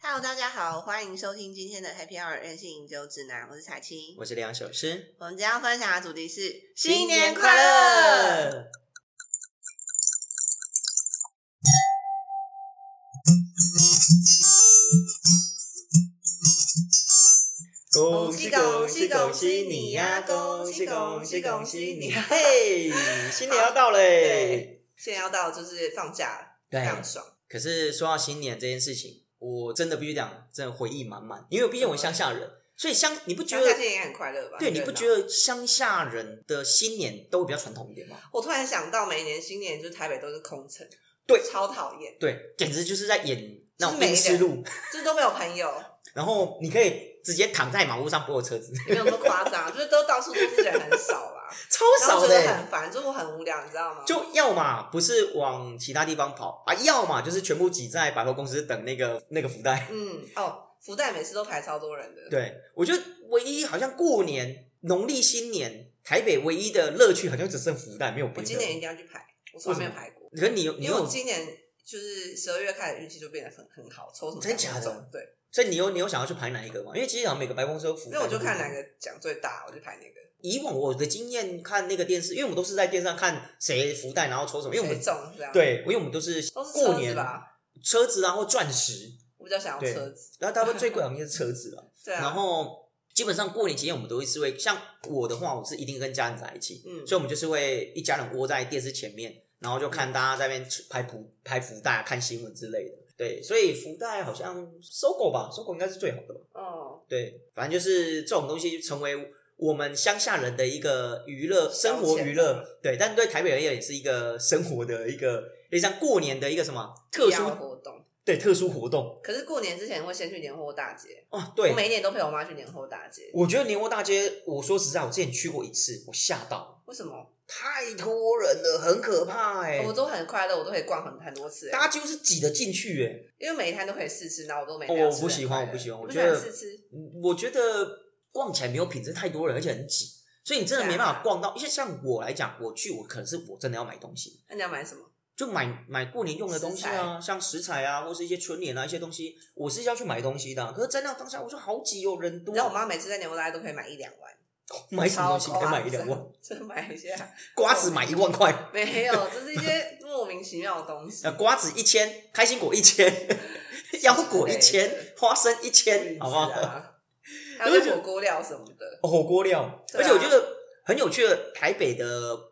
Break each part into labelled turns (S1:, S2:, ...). S1: Hello，大家好，欢迎收听今天的 Happy Hour 任性饮酒指南，我是彩青。
S2: 我是梁首诗，
S1: 我们今天要分享的主题是
S2: 新年
S1: 快
S2: 快
S1: 乐。
S2: 乐！
S1: 恭
S2: 恭
S1: 喜
S2: 喜
S1: 恭
S2: 恭
S1: 喜恭
S2: 喜恭
S1: 喜
S2: 喜
S1: 你
S2: 你
S1: 呀
S2: 呀！
S1: 恭
S2: 恭
S1: 喜
S2: 喜
S1: 恭
S2: 恭
S1: 喜
S2: 喜
S1: 恭
S2: 恭
S1: 喜
S2: 喜
S1: 你
S2: 你！啊嘿，新年要到嘞！
S1: 对，现在要到就是放假了，
S2: 对
S1: 非常爽。
S2: 可是说到新年这件事情，我真的必须讲，真的回忆满满。因为毕竟我乡下人，所以乡你不觉
S1: 乡下
S2: 得
S1: 现在也很快乐吧？啊
S2: 对，你不觉
S1: 得？
S2: 得乡下人的新年都会比较传统一点吗？
S1: 我突然想到，每年新年就是台北都是空城，
S2: 对
S1: 超讨厌，
S2: 对，简直就是在演那
S1: 就是
S2: 种
S1: 没
S2: 阴湿
S1: 人
S2: 路，
S1: 就是都没有朋 友，
S2: 然后你可以直接躺在马路上不有车子，
S1: 没有那么夸张，就是都到处都是人，很少 啦，
S2: 超
S1: 然后
S2: 少
S1: 觉
S2: 的欸、
S1: 得很烦，就是我很无聊，你知道吗？
S2: 就要么不是往其他地方跑啊，要么就是全部挤在百货公司等那个那个福袋。
S1: 嗯哦，福袋每次都排超多人的，
S2: 对我觉得唯一好像过年农历新年台北唯一的乐趣好像只剩福袋没有别
S1: 我
S2: 的。
S1: 今年一定要去排，我从来没有排过，
S2: 可是你有你
S1: 因为我
S2: 有，
S1: 今年就是十二月开始运气就变得很很好，抽什么
S2: 真
S1: 奖
S2: 假
S1: 都
S2: 的
S1: 中？对，
S2: 所以你有你有想要去排哪一个吗？因为其实好像每个百货公司都有福袋。
S1: 因为我就看
S2: 对
S1: 哪
S2: 不对
S1: 个奖最大，我就排那个。
S2: 以往我的经验看那个电视，因为我们都是在电视上看谁福袋，然后抽什么。因为我
S1: 谁
S2: 们
S1: 中这样？，
S2: 对，因为我们都是
S1: 都是
S2: 过
S1: 车子
S2: 年
S1: 吧？
S2: 车子啊或钻石，
S1: 我比较想要
S2: 对
S1: 车子。
S2: 然后他们最贵好像就是车子了。
S1: 对啊，
S2: 然后基本上过年期间我们都会是会，像我的话，我是一定跟家人在一起，
S1: 嗯
S2: 所以我们就是会一家人窝在电视前面，然后就看大家在那边拍福拍福袋、啊看新闻之类的。对，所以福袋好像搜狗吧，搜狗应该是最好的吧。
S1: 哦，
S2: 对，反正就是这种东西成为我们乡下人的一个娱乐生活
S1: 消遣嗯
S2: 娱乐，对，但对台北而言也是一个生活的一个，类似像过年的一个什么特
S1: 必要的
S2: 殊
S1: 活动。
S2: 对特殊活动
S1: 可是过年之前会先去年货大街，
S2: 哦，
S1: 嗯我
S2: 对。
S1: 每一年都陪我妈去年货大街。
S2: 我觉得年货大街，我说实在，我之前去过一次，我吓到，
S1: 为什么？
S2: 太多人了，很可怕哎、
S1: 哦我都很快乐，我都可以逛很很多次欸，
S2: 大家几乎是挤得进去哎、
S1: 因为每一摊都可以试吃，然后我都没
S2: 哦
S1: 得要
S2: 我
S1: 吃
S2: 不
S1: 很
S2: 喜
S1: 快
S2: 欢
S1: 乐
S2: 我不喜欢我
S1: 不
S2: 觉得
S1: 试吃。
S2: 嗯我觉得逛起来没有品质，太多人，而且很挤，所以你真
S1: 啊
S2: 的没办法逛到。因为像我来讲，我去我可能是我真的要买东西，
S1: 那你要买什么？
S2: 就买买过年用的东西啊，像食材啊，或是一些春联啊一些东西，我是要去买东西的啊、可是在那当下，我说好挤哦，人
S1: 你
S2: 多
S1: 知，道我妈每次在年货大街都可以买一两万，
S2: 买什么东西
S1: 超
S2: 可以买
S1: 夸
S2: 一两
S1: 张
S2: 万，，
S1: 就买 一下。
S2: 瓜子买一万块。
S1: 没有，就是一些莫名其妙的东西
S2: 呃，。瓜子一千，开心果一千， 腰果一千，花生一千，好不
S1: 是
S2: 好？
S1: 啊？还有火锅料什么的，
S2: 火锅料，
S1: 对啊
S2: 而且我觉得很有趣的，台北的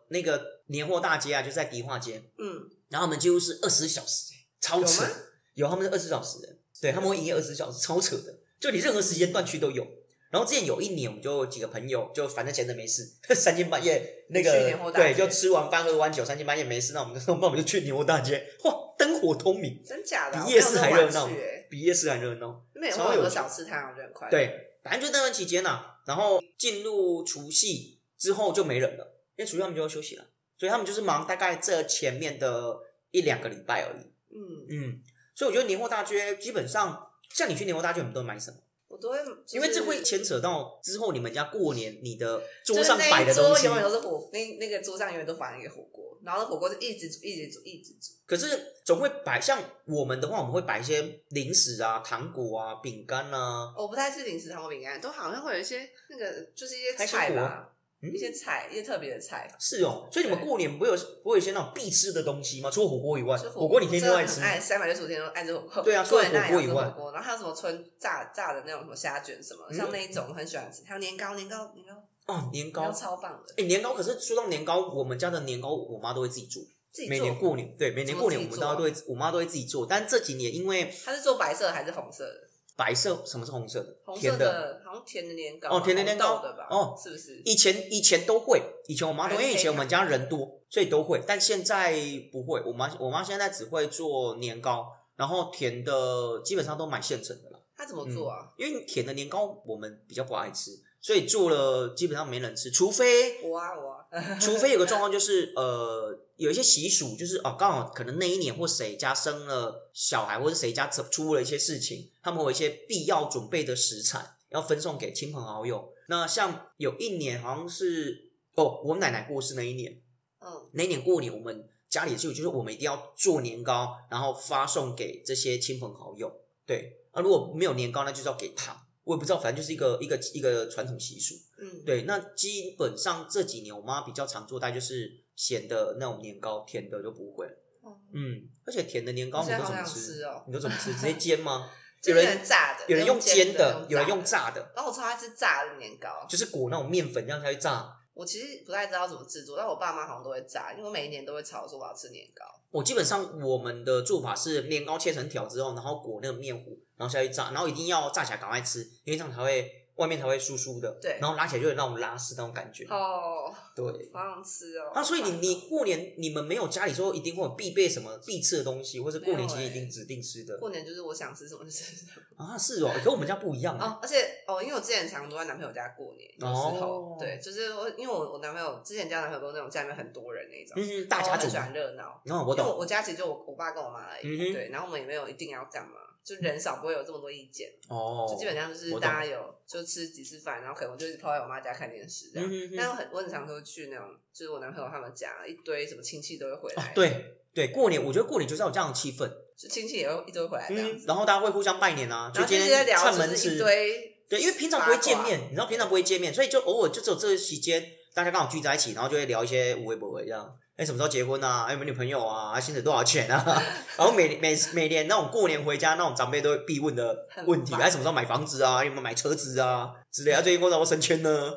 S2: 那个年货大街啊，就是在迪化街，
S1: 嗯，
S2: 然后他们几乎是二十小时，超扯
S1: 有吗，
S2: 有他们是二十小时的，对他们会营业二十小时，超扯的，就你任何时间段去都有。然后之前有一年，我们就几个朋友，就反正闲着没事， 三更半夜那
S1: 去年货
S2: 个
S1: 大街
S2: 对，就吃完饭喝完酒，三更半夜没事，那我们就 说，那我们就去年货大街，哇，灯火通明，
S1: 真假的啊，
S2: 比夜市还热闹
S1: 我没有那么晚去欸
S2: 比夜市还热闹。
S1: 那边有很多小吃摊，我觉得很快乐。，
S2: 对，反正就那段期间呐、啊然后进入除夕之后就没人了，因为除夕他们就要休息了，所以他们就是忙大概这前面的一两个礼拜而已。
S1: 嗯，
S2: 嗯，所以我觉得年货大街基本上，像你去年货大街，你们都会买什么？
S1: 我都会，
S2: 因为
S1: 就
S2: 这
S1: 是
S2: 会牵扯到之后你们家过年你的
S1: 就
S2: 桌
S1: 是
S2: 上
S1: 那一
S2: 摆的东西
S1: 桌。永远都是火，那那个桌上永远都放一个火锅，然后那火锅是一直煮，一直煮，一直煮。
S2: 可是总会摆，像我们的话，我们会摆一些零食啊、糖果啊、饼干啊。
S1: 我不太吃零食、糖果、饼干，都好像会有一些那个，就是一些
S2: 开心
S1: 菜
S2: 果
S1: 吧，
S2: 嗯
S1: 一些菜，一些特别的菜。
S2: 是哦，所以你们
S1: 对
S2: 过年不会有不会有一些那种必吃的东西吗？除了火锅以外，
S1: 就
S2: 火锅你天天都爱吃
S1: 真的。很爱三百六十五天都爱吃火锅。
S2: 对啊
S1: 个人
S2: 除了火锅以外
S1: 爱吃火锅，然后还有什么春炸炸的那种什么虾卷什么，
S2: 嗯
S1: 像那一种我很喜欢吃。还有年糕，年糕，年糕，
S2: 哦，年
S1: 年糕
S2: 糕，
S1: 超棒的，
S2: 哎、年糕可是说到年糕，我们家的年糕我妈都会自己做，
S1: 自己
S2: 每年
S1: 做。
S2: 过年对，每年
S1: 怎么
S2: 过年
S1: 自己
S2: 我们
S1: 做
S2: 大
S1: 啊
S2: 家都会，我妈都会自己做。但这几年因为
S1: 它是做白色的还是红色的？
S2: 白色什么是红色的，
S1: 红色
S2: 甜的，
S1: 的，好像甜的年糕吧，
S2: 哦甜的年糕
S1: 红豆的吧？
S2: 哦
S1: 是不是？
S2: 以前以前都会，以前我妈都
S1: 还
S2: 会，
S1: 是
S2: 因为以前
S1: 黑
S2: 我们家人多，所以都会，但现在不会。我妈我妈现在只会做年糕，然后甜的基本上都买现成的啦，
S1: 它怎么做啊？
S2: 因为甜的年糕我们比较不爱吃，所以做了基本上没人吃，除非
S1: 我啊我啊，
S2: 除非有个状况就是，呃，有一些习俗就是哦，刚好可能那一年或谁家生了小孩，或是谁家出出了一些事情，他们会有一些必要准备的食材要分送给亲朋好友。那像有一年好像是哦，我奶奶过世那一年，
S1: 嗯，
S2: 那一年过年我们家里就就是我们一定要做年糕，然后发送给这些亲朋好友。对啊，如果没有年糕，那就是要给糖。我也不知道，反正就是一个一个一个传统习俗。
S1: 嗯，
S2: 对，那基本上这几年我妈比较常做，大概就是咸的那种年糕，甜的就不会。
S1: 哦，
S2: 嗯，而且甜的年糕
S1: 我
S2: 你
S1: 现在
S2: 都
S1: 好
S2: 怎么
S1: 想
S2: 吃？
S1: 吃哦，
S2: 你都怎么吃？直接煎 吗？
S1: 就
S2: 有
S1: 是
S2: 人
S1: 炸的，
S2: 有人用煎的，
S1: 有
S2: 有人用
S1: 炸
S2: 炸的
S1: 的，，然后我超爱吃炸的年糕，
S2: 就是裹那种面粉这样下去炸。
S1: 我其实不太知道怎么制作，但我爸妈好像都会炸，因为我每一年都会吵说我要吃年糕。
S2: 我基本上我们的做法是年糕切成条之后，然后裹那个面糊，然后下去炸，然后一定要炸起来赶快吃，因为这样才会外面才会酥酥的，
S1: 对
S2: 然后拿起来就有那种拉丝那种感觉，
S1: 哦，
S2: 对。
S1: 好想吃哦。
S2: 啊那所以你你过年你们没有家里说一定会有必备什么必吃的东西，或是过年期间一定指定吃的、
S1: 欸哦过年就是 我想吃什么就吃什么
S2: 啊？是哦，可我们家不一样
S1: 哦，而且哦，因为我之前常都在男朋友家过年，有时候、
S2: 哦
S1: 对，就是我因为我我男朋友之前家男朋友都是那种家里面很多人那种，
S2: 嗯，大家
S1: 然后
S2: 族
S1: 很喜，欢热闹。
S2: 然后我
S1: 因为
S2: 懂
S1: 我我家其实就我我爸跟我妈而已，
S2: 嗯哼
S1: 对，然后我们也没有一定要干嘛，就人少不会有这么多意见，
S2: 哦，
S1: 就基本上就
S2: 我
S1: 是
S2: 懂
S1: 大家有就吃几次饭，然后可能我就是泡在我妈家看电视这样
S2: 嗯。哼
S1: 但
S2: 哼
S1: 我很我很常都去那种，就是我男朋友他们家一堆什么亲戚都会回
S2: 啊
S1: 来，，
S2: 对对，过年我觉得过年就是要有这样的气氛，
S1: 就亲戚也会一堆回来这样
S2: 嗯
S1: 子，，
S2: 然后大家会互相拜年
S1: 啊
S2: 啊，
S1: 然后
S2: 今
S1: 就是在
S2: 天
S1: 聊
S2: 串
S1: 就
S2: 门
S1: 是一
S2: 吃，
S1: 堆，
S2: 对，因为平常不会见面
S1: 八，卦
S2: 你知道平常不会见面，所以就偶尔就只有这个期间，大家刚好聚在一起，然后就会聊一些无微不微这样。哎，什么时候结婚啊？哎有没有女朋友啊？啊薪水多少钱啊？ 然后每每每年那种过年回家，那种长辈都会必问的
S1: 很
S2: 问题，
S1: 烦
S2: 哎，什么时候买房子啊？有没有买车子啊？之类的。啊，最近过得要升迁呢？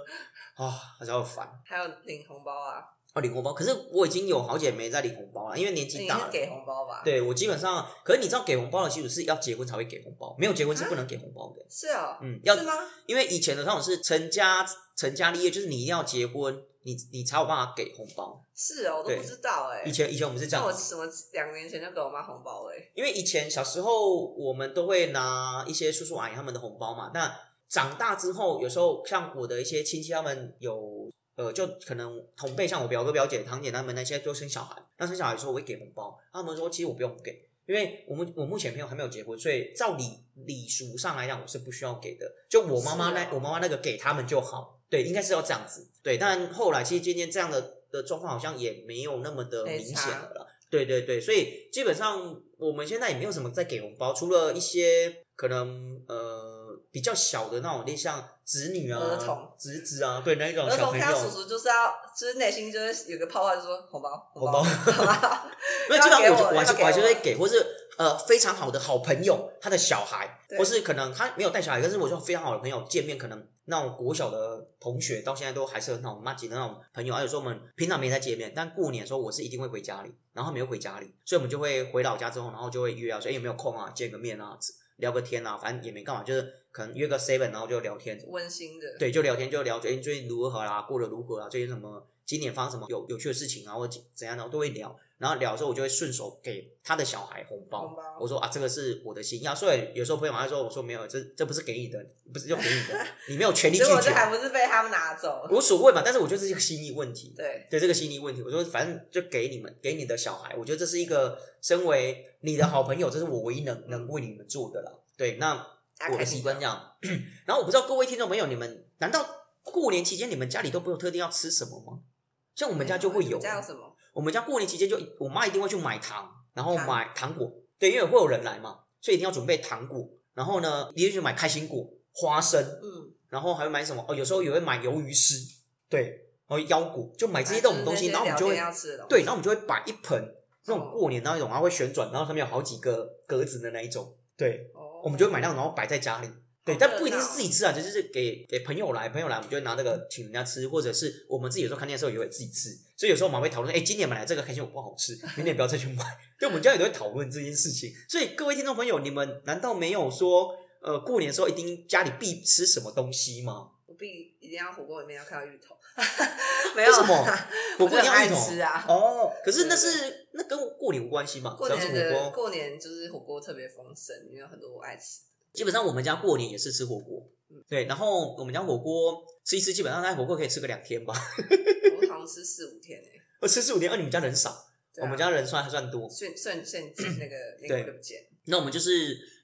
S2: 啊，还是好烦。
S1: 还有领红包啊，
S2: 哦，领红包，可是我已经有好久没在领红包了，因为年纪
S1: 你
S2: 大
S1: 是
S2: 了。
S1: 给红包吧？，
S2: 对我基本上，可是你知道给红包的习俗是要结婚才会给红包，没有结婚是不能给红包的。
S1: 是哦，
S2: 嗯，要
S1: 是吗？
S2: 因为以前的那种是成家成家立业，就是你一定要结婚，你你才有办法给红包。
S1: 是哦，我都
S2: 对
S1: 不知道哎
S2: 以。前以前我们是这
S1: 那
S2: 样
S1: 我
S2: 子，
S1: 什么两年前就给我妈红包哎，
S2: 因为以前小时候我们都会拿一些叔叔阿姨他们的红包嘛。那长大之后，有时候像我的一些亲戚他们有。呃，就可能同辈，像我表哥、表姐、堂姐他们那些都生小孩，那生小孩的时候我会给红包，他们说其实我不用给，因为我们我目前没有还没有结婚，所以照理礼俗上来讲，我是不需要给的。就我妈妈那、
S1: 是哦
S2: 我妈妈那个给他们就好，对，应该是要这样子。对，但后来其实渐渐这样的的状况好像也没有那么的
S1: 没
S2: 明
S1: 差
S2: 显了啦。对对对，所以基本上我们现在也没有什么在给红包，除了一些可能呃比较小的那种，类似像子女啊、
S1: 儿童、
S2: 侄子啊，对那一种
S1: 儿
S2: 小
S1: 童
S2: 朋
S1: 看到叔
S2: 友。
S1: 叔就是要，就是内心就是有个泡泡，就说红包，
S2: 红
S1: 包，
S2: 包
S1: 好 吧，
S2: 没有，基本上
S1: 要给
S2: 我
S1: 我
S2: 就
S1: 要
S2: 我还是
S1: 给
S2: 我还是
S1: 我
S2: 会给，或是呃非常好的好朋友，他的小孩，
S1: 对
S2: 或是可能他没有带小孩，但是我就非常好的朋友见面，可能那种国小的同学到现在都还是很好，妈级的那种朋友。还有时候我们平常没在见面，但过年的时候我是一定会回家里，然后没有回家里，所以我们就会回老家之后，然后就会约啊，说哎有没有空啊，见个面啊，聊个天啊，反正也没干嘛，就是可能约个 seven，然后就聊天，
S1: 温馨的，
S2: 对，就聊天就聊，哎，你最近如何啦？过得如何啊？最近什么？今年发生什么有有趣的事情啊，或者怎样的，我都会聊。然后聊的时候，我就会顺手给他的小孩红包。
S1: 红包
S2: 我说啊，这个是我的心意啊。所以有时候朋友还说，我说没有，这这不是给你的，不是就给你的，你没有 权利拒
S1: 结果这还
S2: 绝，
S1: 不是被他们拿走，
S2: 无所谓嘛。但是我觉得这是一个心意问题。
S1: 对，
S2: 对这个心理问题，我说反正就给你们，给你的小孩，我觉得这是一个身为你的好朋友，这是我唯一能能为你们做的啦。对，那
S1: 大家
S2: 我
S1: 开
S2: 的
S1: 心
S2: 习惯这样。 然后我不知道各位听众朋友，你们难道过年期间你们家里都不有特定要吃什么吗？像我们家就会有
S1: 嗯你，家有什么？
S2: 我们家过年期间就我妈一定会去买糖，然后
S1: 糖
S2: 买糖果，对，因为会有人来嘛，所以一定要准备糖果。然后呢，一定去买开心果、花生，
S1: 嗯，
S2: 然后还会买什么？哦，有时候也会买鱿鱼丝，对，然后腰果，就买这些这种东西，然后我们就
S1: 啊就是那些聊
S2: 会
S1: 天要哦吃的东西
S2: 对，然后我们就会摆一盆那种过年那一种，然后会旋转，然后上面有好几个格子的那一种，对，
S1: 哦
S2: 我们就会买那种，然后摆在家里。对，
S1: 好哦热
S2: 但
S1: 闹
S2: 不一定是自己吃啊，就是给给朋友来，朋友来，我们就会拿这个请人家吃，或者是我们自己有时候看电视的时候也会自己吃，所以有时候我们还会讨论，哎、今年买来这个开心果不好吃，明年不要再去买。 对，我们家里都会讨论这件事情。所以各位听众朋友，你们难道没有说，呃，过年的时候一定家里必吃什么东西吗？
S1: 不必一定要火锅里面要看到芋 头，没有啊
S2: 为什么火
S1: 我
S2: 锅
S1: 就
S2: 一
S1: 很
S2: 定要
S1: 爱
S2: 芋头？
S1: 吃啊。
S2: 哦，可是那
S1: 对对
S2: 是那跟过年无关系嘛，
S1: 过
S2: 只要是
S1: 年的
S2: 火锅。
S1: 过年就是火锅特别丰盛，因为有很多我爱吃。
S2: 基本上我们家过年也是吃火锅，
S1: 嗯
S2: 对，然后我们家火锅吃一吃，基本上那火锅可以吃个两天吧，
S1: 我好像吃四五天诶、
S2: 我吃四五天。哦而你们家人少，
S1: 对啊
S2: 我们家人算还算多，
S1: 顺顺顺进那 个那
S2: 对
S1: 个就不见，
S2: 那我们就是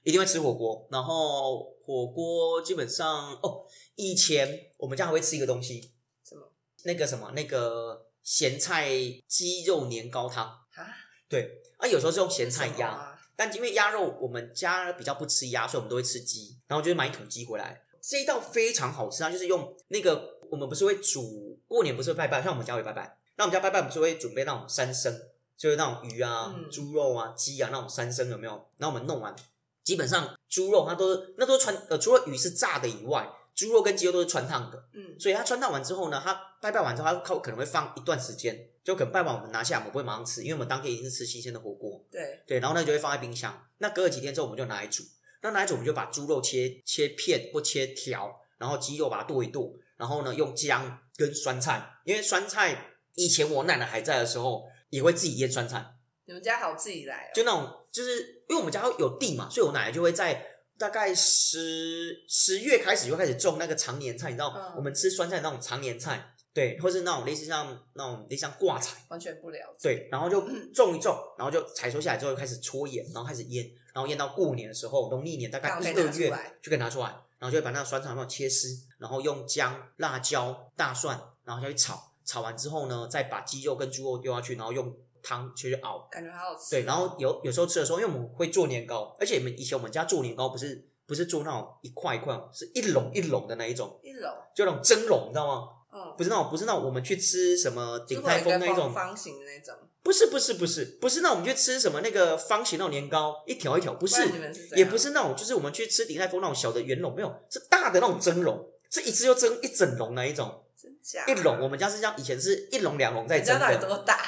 S2: 一定会吃火锅，然后火锅基本上哦，以前我们家还会吃一个东西，
S1: 什么
S2: 那个什么那个咸菜鸡肉年糕汤，
S1: 啊？
S2: 对，啊有时候是用咸
S1: 是
S2: 菜
S1: 什么
S2: 鸭，
S1: 啊
S2: 但因为鸭肉我们家比较不吃鸭，所以我们都会吃鸡，然后就会买土鸡回来。这一道非常好吃，它就是用那个我们不是会煮过年不是会拜拜，像我们家会拜拜，那我们家拜拜不是会准备那种三牲，就是那种鱼啊、
S1: 嗯
S2: 猪肉啊、鸡啊那种三牲有没有？然后我们弄完，基本上猪肉它都是那都是穿呃除了鱼是炸的以外，猪肉跟鸡肉都是穿烫的。
S1: 嗯
S2: 所以他穿戴完之后呢，他拜拜完之后，他可可能会放一段时间，就可能拜完我们拿下，我们不会马上吃，因为我们当天一定是吃新鲜的火锅，
S1: 对，
S2: 对，然后那个就会放在冰箱。那隔了几天之后，我们就拿来煮。那拿来煮，我们就把猪肉切切片或切条，然后鸡肉把它剁一剁，然后呢用姜跟酸菜，因为酸菜以前我奶奶还在的时候也会自己腌酸菜，
S1: 你们家好自己来哦，
S2: 就那种就是因为我们家有地嘛，所以我奶奶就会在大概十十月开始就开始种那个常年菜，你知道、
S1: 嗯
S2: 我们吃酸菜那种常年菜，对，或是那种类似像那种类似像挂菜，
S1: 完全不了解。
S2: 对，然后就
S1: 嗯
S2: 种一种，然后就采收下来之后就开始搓盐，然后开始腌，然后腌到过年的时候，农历年大概
S1: 然后
S2: 一
S1: 可以
S2: 二
S1: 拿出
S2: 月
S1: 来
S2: 就可以拿出来，然后就会把那个酸菜有没有切丝，然后用姜、辣椒、大蒜，然后下去炒，炒完之后呢，再把鸡肉跟猪肉丢下去，然后用汤去去熬。
S1: 感觉好好吃。
S2: 对，然后有有时候吃的时候，因为我们会做年糕，而且我们以前我们家做年糕不是不是做那种一块一块，哦是一笼一笼的那一种，
S1: 一楼，
S2: 就那种蒸笼，你知道吗？
S1: 嗯，
S2: 不是那种不是那种我们去吃什么鼎
S1: 如果有
S2: 泰
S1: 一
S2: 丰
S1: 个
S2: 那一种
S1: 方，方形的那种，
S2: 不是不是不是不是那种我们去吃什么那个方形那种年糕，一条一条，不
S1: 不
S2: 是
S1: 你们是怎
S2: 也
S1: 样
S2: 不是那种就是我们去吃鼎泰丰那种小的圆笼，没有是大的那种蒸笼，是一次就蒸一整笼那一种，
S1: 真假
S2: 一笼我们家是这样，以前是一笼两笼在
S1: 你知
S2: 蒸
S1: 道到底
S2: 的，
S1: 多大？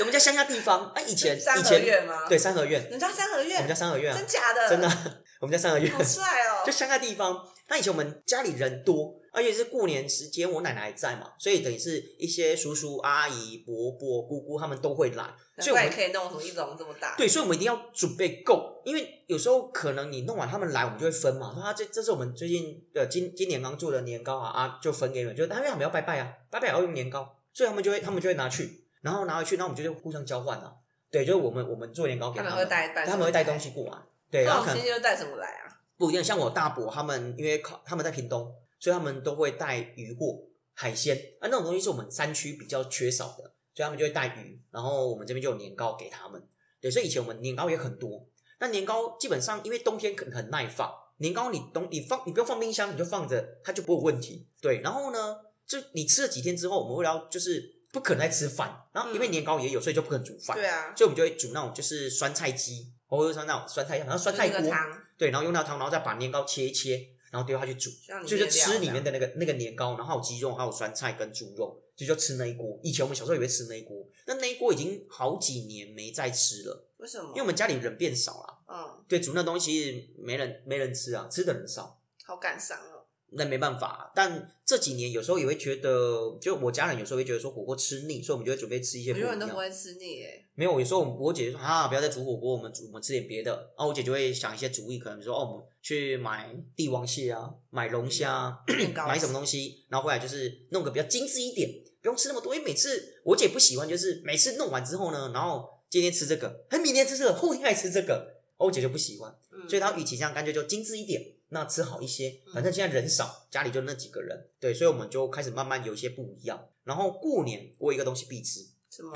S2: 我们家乡下地方，啊以前以
S1: 三合
S2: 前
S1: 院吗？
S2: 对，三合院，
S1: 你知道三合
S2: 我们
S1: 院
S2: 家？三合院啊
S1: 真。假的？
S2: 真的，我们家三合院
S1: 好帅哦！
S2: 就乡下地方。那以前我们家里人多，而且是过年时间，我奶奶还在嘛，所以等于是一些叔叔、阿姨、伯伯、姑姑他们都会来，
S1: 难
S2: 所以我
S1: 怪
S2: 们
S1: 你可以弄什么一笼这么大。
S2: 对，所以我们一定要准备够，因为有时候可能你弄完他们来，我们就会分嘛。说啊，这这是我们最近的今今年刚做的年糕啊啊，就分给你们，就因为他们要拜拜啊，拜拜也要用年糕，所以他们就会他们就会拿去，然后拿回去，然后我们就会互相交换啊。对，就是我们我们做年糕给
S1: 他们
S2: 们，
S1: 会带带，
S2: 他们会带东。西过来，对，然
S1: 那
S2: 后
S1: 我
S2: 可能
S1: 亲戚又带什么来啊？
S2: 不一样，像我大伯他们，因为靠他们在屏东，所以他们都会带鱼货、海鲜啊，那种东西是我们山区比较缺少的，所以他们就会带鱼，然后我们这边就有年糕给他们。对，所以以前我们年糕也很多，那年糕基本上因为冬天很很耐放，年糕你冬你放你不用放冰箱，你就放着它就不会有问题。对，然后呢，就你吃了几天之后，我们为了要就是不可能再吃饭，然后因为
S1: 嗯
S2: 年糕也有，所以就不可能煮饭，
S1: 对啊，
S2: 所以我们就会煮那种就是酸菜鸡，或者说那种酸菜，然后酸菜
S1: 就是
S2: 锅
S1: 那个。汤，
S2: 对，然后用那个汤，然后再把年糕切一切，然后丢下去煮，
S1: 像你
S2: 所以就吃里
S1: 面
S2: 面
S1: 的
S2: 的那个那个年糕，然后还有鸡肉，还有酸菜跟猪肉，就就吃那一锅。以前我们小时候也会吃那一锅，那那一锅已经好几年没再吃了，
S1: 为什么？
S2: 因为我们家里人变少了。
S1: 嗯，
S2: 对，煮那东西没人没人吃啊，吃的人少，
S1: 好感伤哦。
S2: 那没办法啊、但这几年有时候也会觉得，就我家人有时候会觉得说火锅吃腻，所以我们就会准备吃一些
S1: 很
S2: 不一
S1: 多人
S2: 样
S1: 都不
S2: 的。
S1: 会吃腻 耶，
S2: 没有，有时候我们我姐就说啊，不要再煮火锅，我们煮我们吃点别的。然后我姐就会想一些主意，可能说哦，我们去买帝王蟹啊，买龙虾、啊，
S1: 很高
S2: 买什么东西，然后回来就是弄个比较精致一点，不用吃那么多。因为每次我姐不喜欢，就是每次弄完之后呢，然后今天吃这个，哎，明天吃这个，后天还吃这个，哦我姐就不喜欢，
S1: 西
S2: 所以她与其这样，干脆就精致一点，那吃好一些。反正现在人少，家里就那几个人，对，所以我们就开始慢慢有一些不一样。然后过年我有一个东西必吃，
S1: 什 么？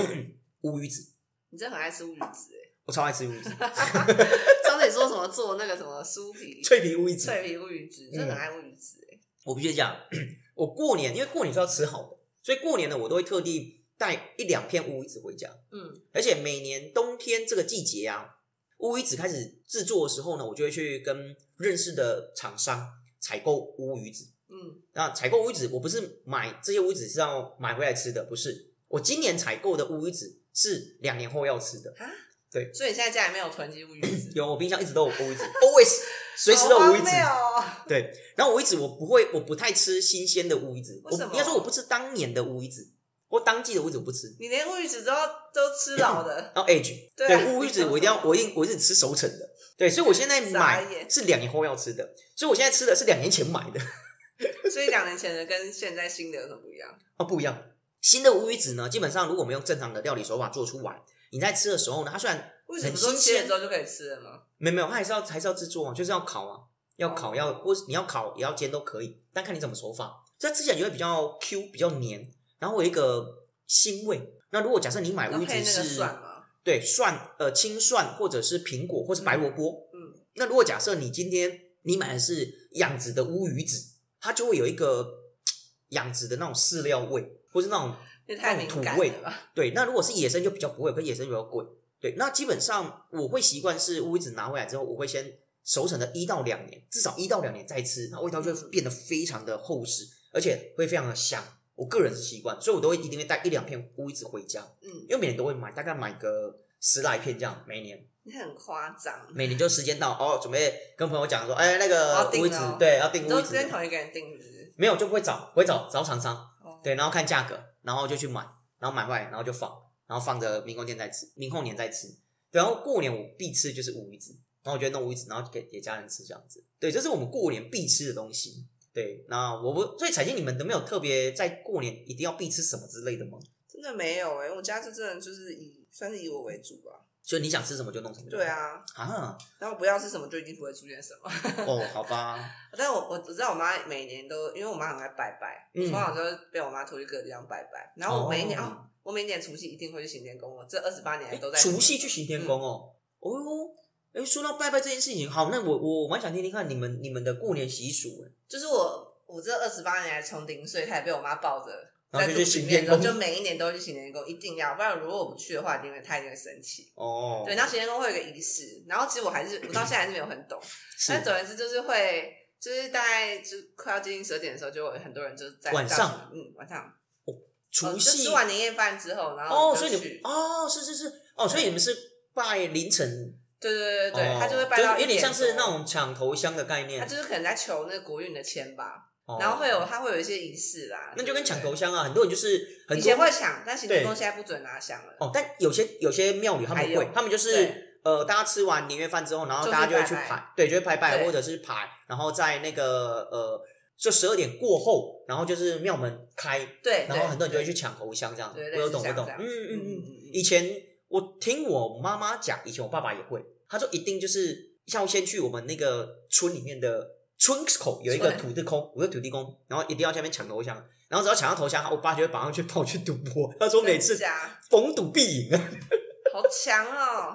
S2: 乌鱼子，
S1: 你真的很爱吃乌鱼子耶。
S2: 我超爱吃乌鱼子，
S1: 上次你说什么做那个什么酥皮
S2: 脆皮乌鱼子，
S1: 脆皮乌鱼子，真的很爱乌鱼子耶。
S2: 我必须讲，我过年因为过年是要吃好的，所以过年呢，我都会特地带一两片乌鱼子回家。
S1: 嗯，
S2: 而且每年冬天这个季节啊，乌鱼子开始制作的时候呢，我就会去跟认识的厂商采购乌鱼子。
S1: 嗯，
S2: 那采购乌鱼子，我不是买这些乌鱼子是要买回来吃的，不是。我今年采购的乌鱼子是两年后要吃的，
S1: 所以你现在家里面有囤积乌鱼子，
S2: 有我冰箱一直都有乌鱼子 ，always 随时都
S1: 好
S2: 有乌鱼
S1: 荒
S2: 子。
S1: 谬哦
S2: 对，然后乌鱼子我不会，我不太吃新鲜的乌鱼子，我
S1: 为什么
S2: 应该说我不吃当年的乌鱼子，或当季的乌鱼子我不吃。
S1: 你连乌鱼子都要都吃老 的，
S2: 然后 age，
S1: 对啊
S2: 乌鱼子我一定要，我一定我是吃熟成的，对，所以我现在
S1: 傻
S2: 买
S1: 眼
S2: 是两年后要吃的，所以我现在吃的是两年前买的，
S1: 所以两年前的跟现在新的有什么不一样？
S2: 哦，不一样。新的乌鱼子呢，基本上如果我们用正常的料理手法做出来，你在吃的时候呢，它虽然
S1: 为什么
S2: 很
S1: 说
S2: 新
S1: 切
S2: 鲜
S1: 了之后就可以吃了吗？
S2: 没有没有，它还是要还是要制作啊，就是要烤啊，要烤
S1: 哦
S2: 要或是你要烤也要煎都可以，但看你怎么手法，这吃起来就会比较 Q 比较黏，然后有一个腥味。那如果假设你买
S1: 要
S2: 乌鱼
S1: 配
S2: 子
S1: 那个
S2: 是
S1: 蒜吗？
S2: 对蒜呃青蒜或者是苹果或是白萝卜。
S1: 嗯，
S2: 那如果假设你今天你买的是养殖的乌鱼子，它就会有一个嘖养殖的那种饲料味，或是那种
S1: 这太敏感了吧？
S2: 对，那如果是野生就比较不会，可野生比较贵。对，那基本上我会习惯是乌鱼子拿回来之后，我会先熟成的一到两年，至少一到两年再吃，那味道就会变得
S1: 嗯
S2: 非常的厚实，而且会非常的香。我个人是习惯，所以我都会一定会带一两片乌鱼子回家，
S1: 嗯，
S2: 因为每年都会买，大概买个十来片这样，每年
S1: 你很夸张，
S2: 每年就时间到哦，准备跟朋友讲说，哎，那
S1: 我
S2: 个
S1: 要订
S2: 乌鱼子
S1: 了哦
S2: 对要订
S1: 你
S2: 乌鱼
S1: 都
S2: 子
S1: 是，跟同一个人订，是不是？
S2: 没有就不会找，不会找找厂商，
S1: 哦，
S2: 对，然后看价格，然后就去买，然后买回来，然后就放，然后放着明后天再吃，明后年再吃。对然后过年我必吃就是乌鱼子，然后我就弄乌鱼子，然后给给家人吃这样子。对，这是我们过年必吃的东西。对，那我不，所以彩金你们都没有特别在过年一定要必吃什么之类的吗？
S1: 真的没有哎、我家是真的就是以算是以我为主吧。
S2: 就你想吃什么就弄什么。
S1: 对。啊，
S2: 啊，
S1: 然后不要吃什么就一定不会出现什么。
S2: 哦，好吧，
S1: 但我我知道我妈每年都，因为我妈很爱拜拜，
S2: 嗯
S1: 我从小就被我妈拖去各个地方拜拜。然后我每一年
S2: 哦
S1: 哦我每一年除夕一定会去行天宫，我这二十八年哎来都在
S2: 哎
S1: 嗯
S2: 除夕去行天宫哦。哦哟，哎，说到拜拜这件事情，好，那我我我蛮想听听看你们你们的过年习俗哎。
S1: 就是我我这二十八年来从零岁开始被我妈抱着。
S2: 然
S1: 在
S2: 后
S1: 肚
S2: 就去
S1: 子
S2: 行
S1: 里面
S2: 天
S1: 的时候，
S2: 宫
S1: 就每一年都去行天宫，一定要，不然如果我不去的话，一定会她一定会生气。
S2: 哦，
S1: 对，然后行天宫会有一个仪式，然后其实我还是我到现在还是没有很懂，
S2: 是
S1: 但总而言之就是会，就是大概就快要接近十二点的时候，就会有很多人就是在
S2: 晚上
S1: 到处，嗯，晚上哦
S2: 除
S1: 就
S2: 夕
S1: 吃完年夜饭之后，然后
S2: 哦，所以
S1: 就
S2: 你
S1: 去，
S2: 哦，是是是，哦，所以你们是拜凌晨，
S1: 对对对对
S2: 哦
S1: 对，他就会拜到
S2: 是有点像是那
S1: 1点
S2: 种抢头香的概
S1: 多，
S2: 念，
S1: 他就是可能在求那个国运的签吧，
S2: 哦
S1: 然后会有他会有一些仪式啦，
S2: 那就跟抢
S1: 对
S2: 头香啊，很多人就是
S1: 对
S2: 很
S1: 以
S2: 多
S1: 前会抢，但行天宫
S2: 对
S1: 现在不准拿香了，
S2: 哦，但有些有些庙宇他们
S1: 还有
S2: 会，他们就是
S1: 对
S2: 呃，大家吃完年夜饭之后，然后大家就会去
S1: 就是拜拜
S2: 排，对，就会排拜
S1: 对
S2: 或者是排，然后在那个呃，就十二点过后，然后就是庙门开，
S1: 对，
S2: 然后很多人就会
S1: 去，
S2: 去抢头香这样子，
S1: 对
S2: 我
S1: 对，
S2: 有懂我
S1: 类似像
S2: 懂，
S1: 这样
S2: 嗯
S1: 子
S2: 嗯嗯。以
S1: 嗯，
S2: 前我听我妈妈讲，以前我爸爸也会，他就一定就是要先去我们那个村里面的村口有一个
S1: 村
S2: 土地公，有个土地公，然后一定要下面抢头香，然后只要抢到头香，我爸就会马上去跑去赌博。他说每次
S1: 家
S2: 逢赌必赢啊！
S1: 好强 哦，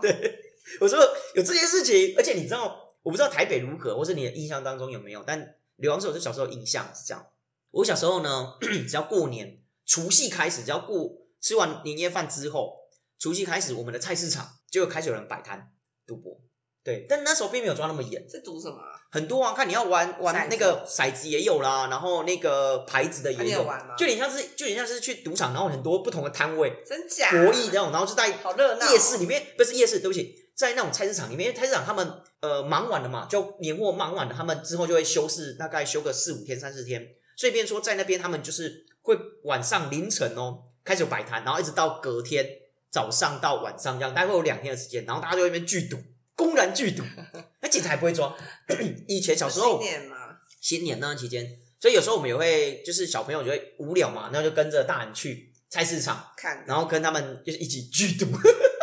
S2: 我说有这件事情，而且你知道，我不知道台北如何，或是你的印象当中有没有，但刘洋是我小时候印象是这样。我小时候呢， 只要过年除夕开始，只要过吃完年夜饭之后，除夕开始，我们的菜市场就开始有人摆摊赌博。对，但那时候并没有抓那么严，
S1: 是赌什么啊？
S2: 很多啊，看你要玩玩
S1: 骰
S2: 那
S1: 子
S2: 个骰子也有啦，然后那个牌子的
S1: 啊
S2: 也
S1: 你
S2: 有，
S1: 有玩吗
S2: 就你像是就你像是去赌场，然后很多不同的摊位，
S1: 真假？啊
S2: 博弈这种，然后就在
S1: 好热闹哦，
S2: 夜市里面不是夜市，对不起，在那种菜市场里面，因为菜市场他们呃忙完了嘛，就年货忙完了，他们之后就会休市，大概休个四五天、三四天。所以变成说在那边他们就是会晚上凌晨哦开始有摆摊，然后一直到隔天早上到晚上这样，大概会有两天的时间，然后大家就在那边聚赌，公然聚赌，那警察也不会抓。以前小时候
S1: 新年嘛，
S2: 新年那段期间，所以有时候我们也会就是小朋友就会无聊嘛，那就跟着大人去菜市场。
S1: 看
S2: 然后跟他们就是一起剧毒。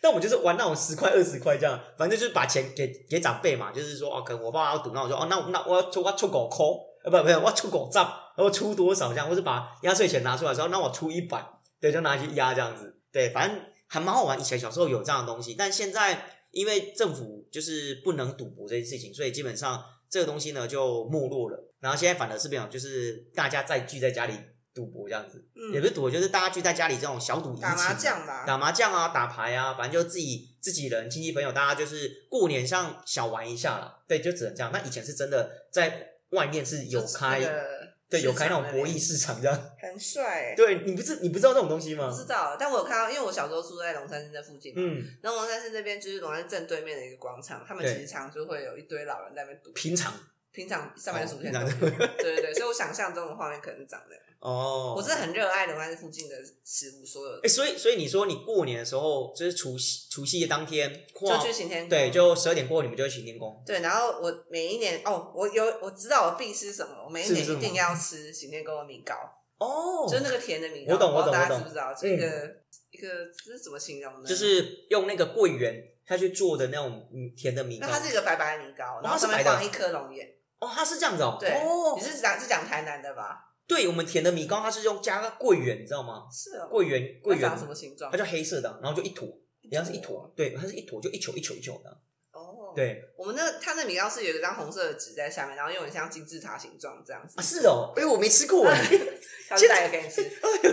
S2: 但我们就是玩那种十块二十块这样，反正就是把钱给给长辈嘛，就是说哦，可能我爸爸要赌，那我说哦，那我那我要出我要出狗抠，呃不不，我要出狗账，然后出多少这样，或是把压岁钱拿出来哦说，那我出一百，对，就拿去压这样子，对，反正还蛮好玩。以前小时候有这样的东西，但现在因为政府就是不能赌博这件事情，所以基本上这个东西呢就没落了。然后现在反而是变成就是大家再聚在家里赌博这样子，
S1: 嗯
S2: 也不是赌，就是大家聚在家里这种小赌怡情
S1: 打
S2: 啊，
S1: 麻将吧，
S2: 打麻将啊，打牌啊，反正就自己自己人、亲戚朋友，大家就是过年上小玩一下啦。对，就只能这样。那以前是真的在外面是有
S1: 就是
S2: 开，
S1: 那个
S2: 对，有
S1: 市
S2: 开那
S1: 场
S2: 种
S1: 边
S2: 博弈，市场这样。
S1: 很帅欸。
S2: 对，你不是你不知道这种东西
S1: 不
S2: 吗？
S1: 知道，啊但我有看到，因为我小时候住在龙山寺那附近嘛，
S2: 嗯，
S1: 然后龙山寺那边就是龙山寺正对面的一个广场，他们
S2: 对
S1: 其实常就会有一堆老人在那边赌，
S2: 平常
S1: 平常上班族
S2: 平
S1: 天
S2: 常
S1: 都有，对对对，所以我想象中的画面可能是长这样。
S2: 哦，
S1: 我是很热爱龙山寺附近的食物，所有
S2: 哎、所以所以你说你过年的时候，就是除夕除夕夜当天，跨
S1: 就去行天宫
S2: 对，就十二点过后你们就会行天宫。
S1: 对，然后我每一年哦，我有我知道我必吃什么，我每一
S2: 是
S1: 年
S2: 不是
S1: 一定要吃行天宫的米糕，
S2: 哦，
S1: 就是那个甜的米糕，
S2: 我懂
S1: 不知道
S2: 我懂
S1: 大家
S2: 我懂嗯
S1: 知不知道？就一个一个这是怎么形容呢？
S2: 就是用那个桂圆下去做的那种嗯甜的米糕
S1: 那。它是一个白白的米糕，然
S2: 哦它
S1: 后
S2: 是
S1: 上面
S2: 白的
S1: 放一颗龙眼，
S2: 哦，它是这样子哦。
S1: 对
S2: 哦
S1: 你，是讲是讲台南的吧？
S2: 对我们甜的米糕，它是用加个桂圆，你知道吗？
S1: 是哦，
S2: 桂圆，桂
S1: 它
S2: 圆
S1: 长，什么形状
S2: 它？就黑色的，然后就一坨，米糕是一坨，啊对，它是一坨，就一球一球一球的。
S1: 哦，，
S2: 对
S1: 我们那个它那米糕是有一张红色的纸在下面，然后有点像金字塔形状这样子
S2: 啊，。是哦，哎，我没吃 过哎，
S1: 下次带来给你吃。
S2: 有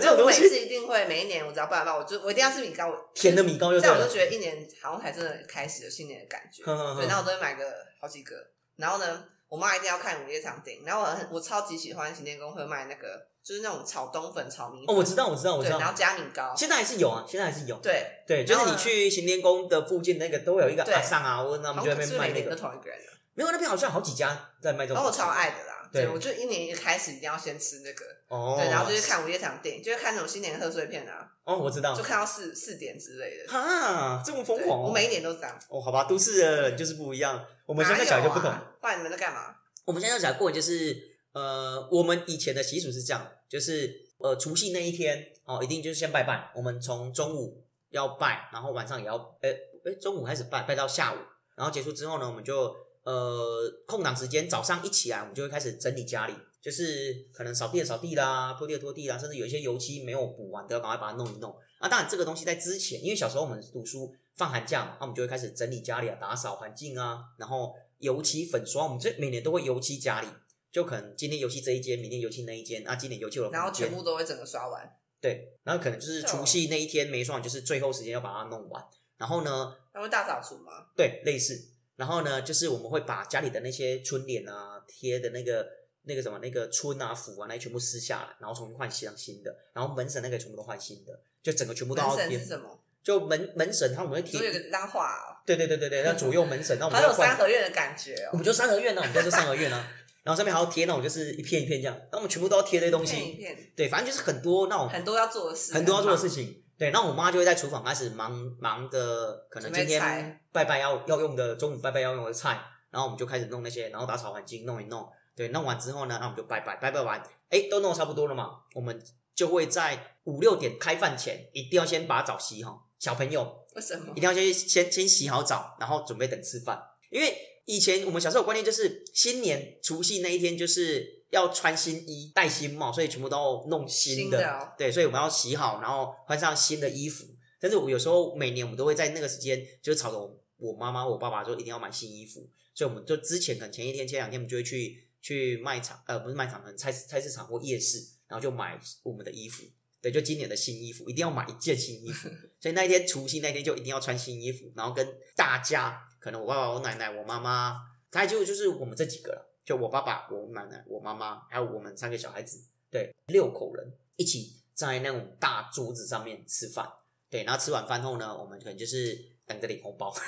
S1: 所以
S2: 这种
S1: 我
S2: 东
S1: 每
S2: 西，
S1: 次一定会，每一年我只要办的话，我就我一定要吃米糕。我
S2: 甜的米糕就
S1: 这
S2: 对
S1: 样我
S2: 了
S1: 就。觉得一年好像才真的开始有新年的感觉。
S2: 哼哼
S1: 对，
S2: 哼
S1: 然后我都会买个好几个。然后呢，我妈一定要看午夜场电影，然后我很我超级喜欢行天宫会卖那个，就是那种炒冬粉、炒米粉，
S2: 哦，我知道，我知道，我
S1: 对，
S2: 知
S1: 然后
S2: 道。
S1: 加米糕，
S2: 现在还是有啊，现在还是有。
S1: 对，
S2: 对，就
S1: 然后
S2: 是你
S1: 呢
S2: 去行天宫的附近那个都有一个
S1: 对
S2: 阿尚啊，我他
S1: 好像
S2: 们就在那
S1: 是不是
S2: 边卖
S1: 每
S2: 那
S1: 年都
S2: 个。
S1: 同一个人啊，
S2: 没有，那边好像有好几家在卖这种。
S1: 然后我超。爱的啦，
S2: 对
S1: 对，我就一年一开始一定要先吃那个，
S2: 哦。
S1: 对，然后就是。看午夜场电影，就是看那种新年贺岁片啊，
S2: 哦，我知道
S1: 就。看到四四点之类的，
S2: 哈，这么疯
S1: 对
S2: 狂哦！
S1: 我每一年都这样。
S2: 哦，好吧，都市的人就是不一样。我们现在小孩就不同。
S1: 哪有啊，不然你们在干嘛？
S2: 我们现在小孩过年就是，呃，我们以前的习俗是这样，就是呃，除夕那一天哦，一定就是先拜拜。我们从中午要拜，然后晚上也要，呃，呃，中午开始拜，拜到下午，然后结束之后呢，我们就呃空档时间早上一起来，我们就会开始整理家里。就是可能扫地的扫地啦，拖地的拖地啦，甚至有一些油漆没有补完的，赶快把它弄一弄。啊，当然这个东西在之前，因为小时候我们读书放寒假嘛，那我们就会开始整理家里啊，打扫环境啊，然后油漆粉刷，我们这每年都会油漆家里，就可能今天油漆这一间，明天油漆那一间，啊，今年油漆我的
S1: 然后
S2: 房间
S1: 全部都会整个刷完，
S2: 对，然后可能就是
S1: 是哦
S2: 除夕那一天没刷完，就是最后时间要把它弄完。然后呢，
S1: 他会大扫除吗？
S2: 对，类似。然后呢，就是我们会把家里的那些春联啊、贴的那个、那个什么、那个春啊、符啊，那些全部撕下来，然后重新换上新的，然后门神那个全部都换新的，就整个全部都
S1: 门
S2: 要
S1: 神
S2: 贴
S1: 是。什么？
S2: 就门门神，他我们会
S1: 就有
S2: 贴，
S1: 个当画哦，
S2: 对对对对对，那左右门神，那我们
S1: 好
S2: 就
S1: 有
S2: 要换
S1: 三合院的感觉
S2: 我
S1: 哦。
S2: 们就三合院呢、我们就是三合院啊， 然后上面还要贴那种就是一片一片这样，那我们全部都要贴这些东
S1: 一片一
S2: 西，
S1: 片，
S2: 对，反正就是很多那种
S1: 很多要做的事，啊
S2: 很多要做的
S1: 忙
S2: 事情。对，那我妈就会在厨房开始忙忙的，可能
S1: 准备
S2: 今天
S1: 菜
S2: 拜拜要要用的，中午拜拜要用的菜，然后我们就开始弄那些，然后打扫环境弄一弄。对，弄完之后呢，那我们就拜拜，拜拜完，哎，都弄得差不多了嘛，我们就会在五六点开饭前，一定要先把澡洗好。小朋友
S1: 为什么
S2: 一？定要先先先洗好澡，然后准备等吃饭。因为以前我们小时候有观念就是新年除夕那一天就是要穿新衣、戴新帽，所以全部都要弄新的。
S1: 新的哦
S2: 对，所以我们要洗好，然后换上新的衣服。但是我有时候每年我们都会在那个时间，就是吵着我我妈妈、我爸爸说一定要买新衣服，所以我们就之前可能前一天、前两天我们就会去去卖场，呃，不是卖场，可能菜市菜市场或夜市，然后就买我们的衣服。对，就今年的新衣服，一定要买一件新 衣服。所以那一天除夕那一天就一定要穿新衣服，然后跟大家，可能我爸爸、我奶奶、我妈妈，大概就就是我们这几个了，就我爸爸、我奶奶、我妈妈，还有我们三个小孩子，对，六口人一起在那种大桌子上面吃饭，对，然后吃完饭后呢，我们可能就是等着领红包。